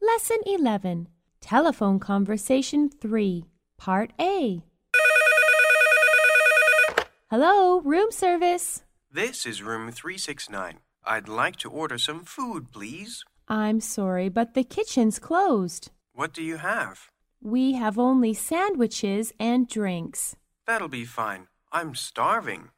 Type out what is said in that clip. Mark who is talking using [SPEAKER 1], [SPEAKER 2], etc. [SPEAKER 1] Lesson 11 Telephone Conversation 3, Part A. Hello, room service.
[SPEAKER 2] This is room 369. I'd like to order some food, please.
[SPEAKER 1] I'm sorry, but the kitchen's closed.
[SPEAKER 2] What do you have?
[SPEAKER 1] We have only sandwiches and drinks.
[SPEAKER 2] That'll be fine. I'm starving.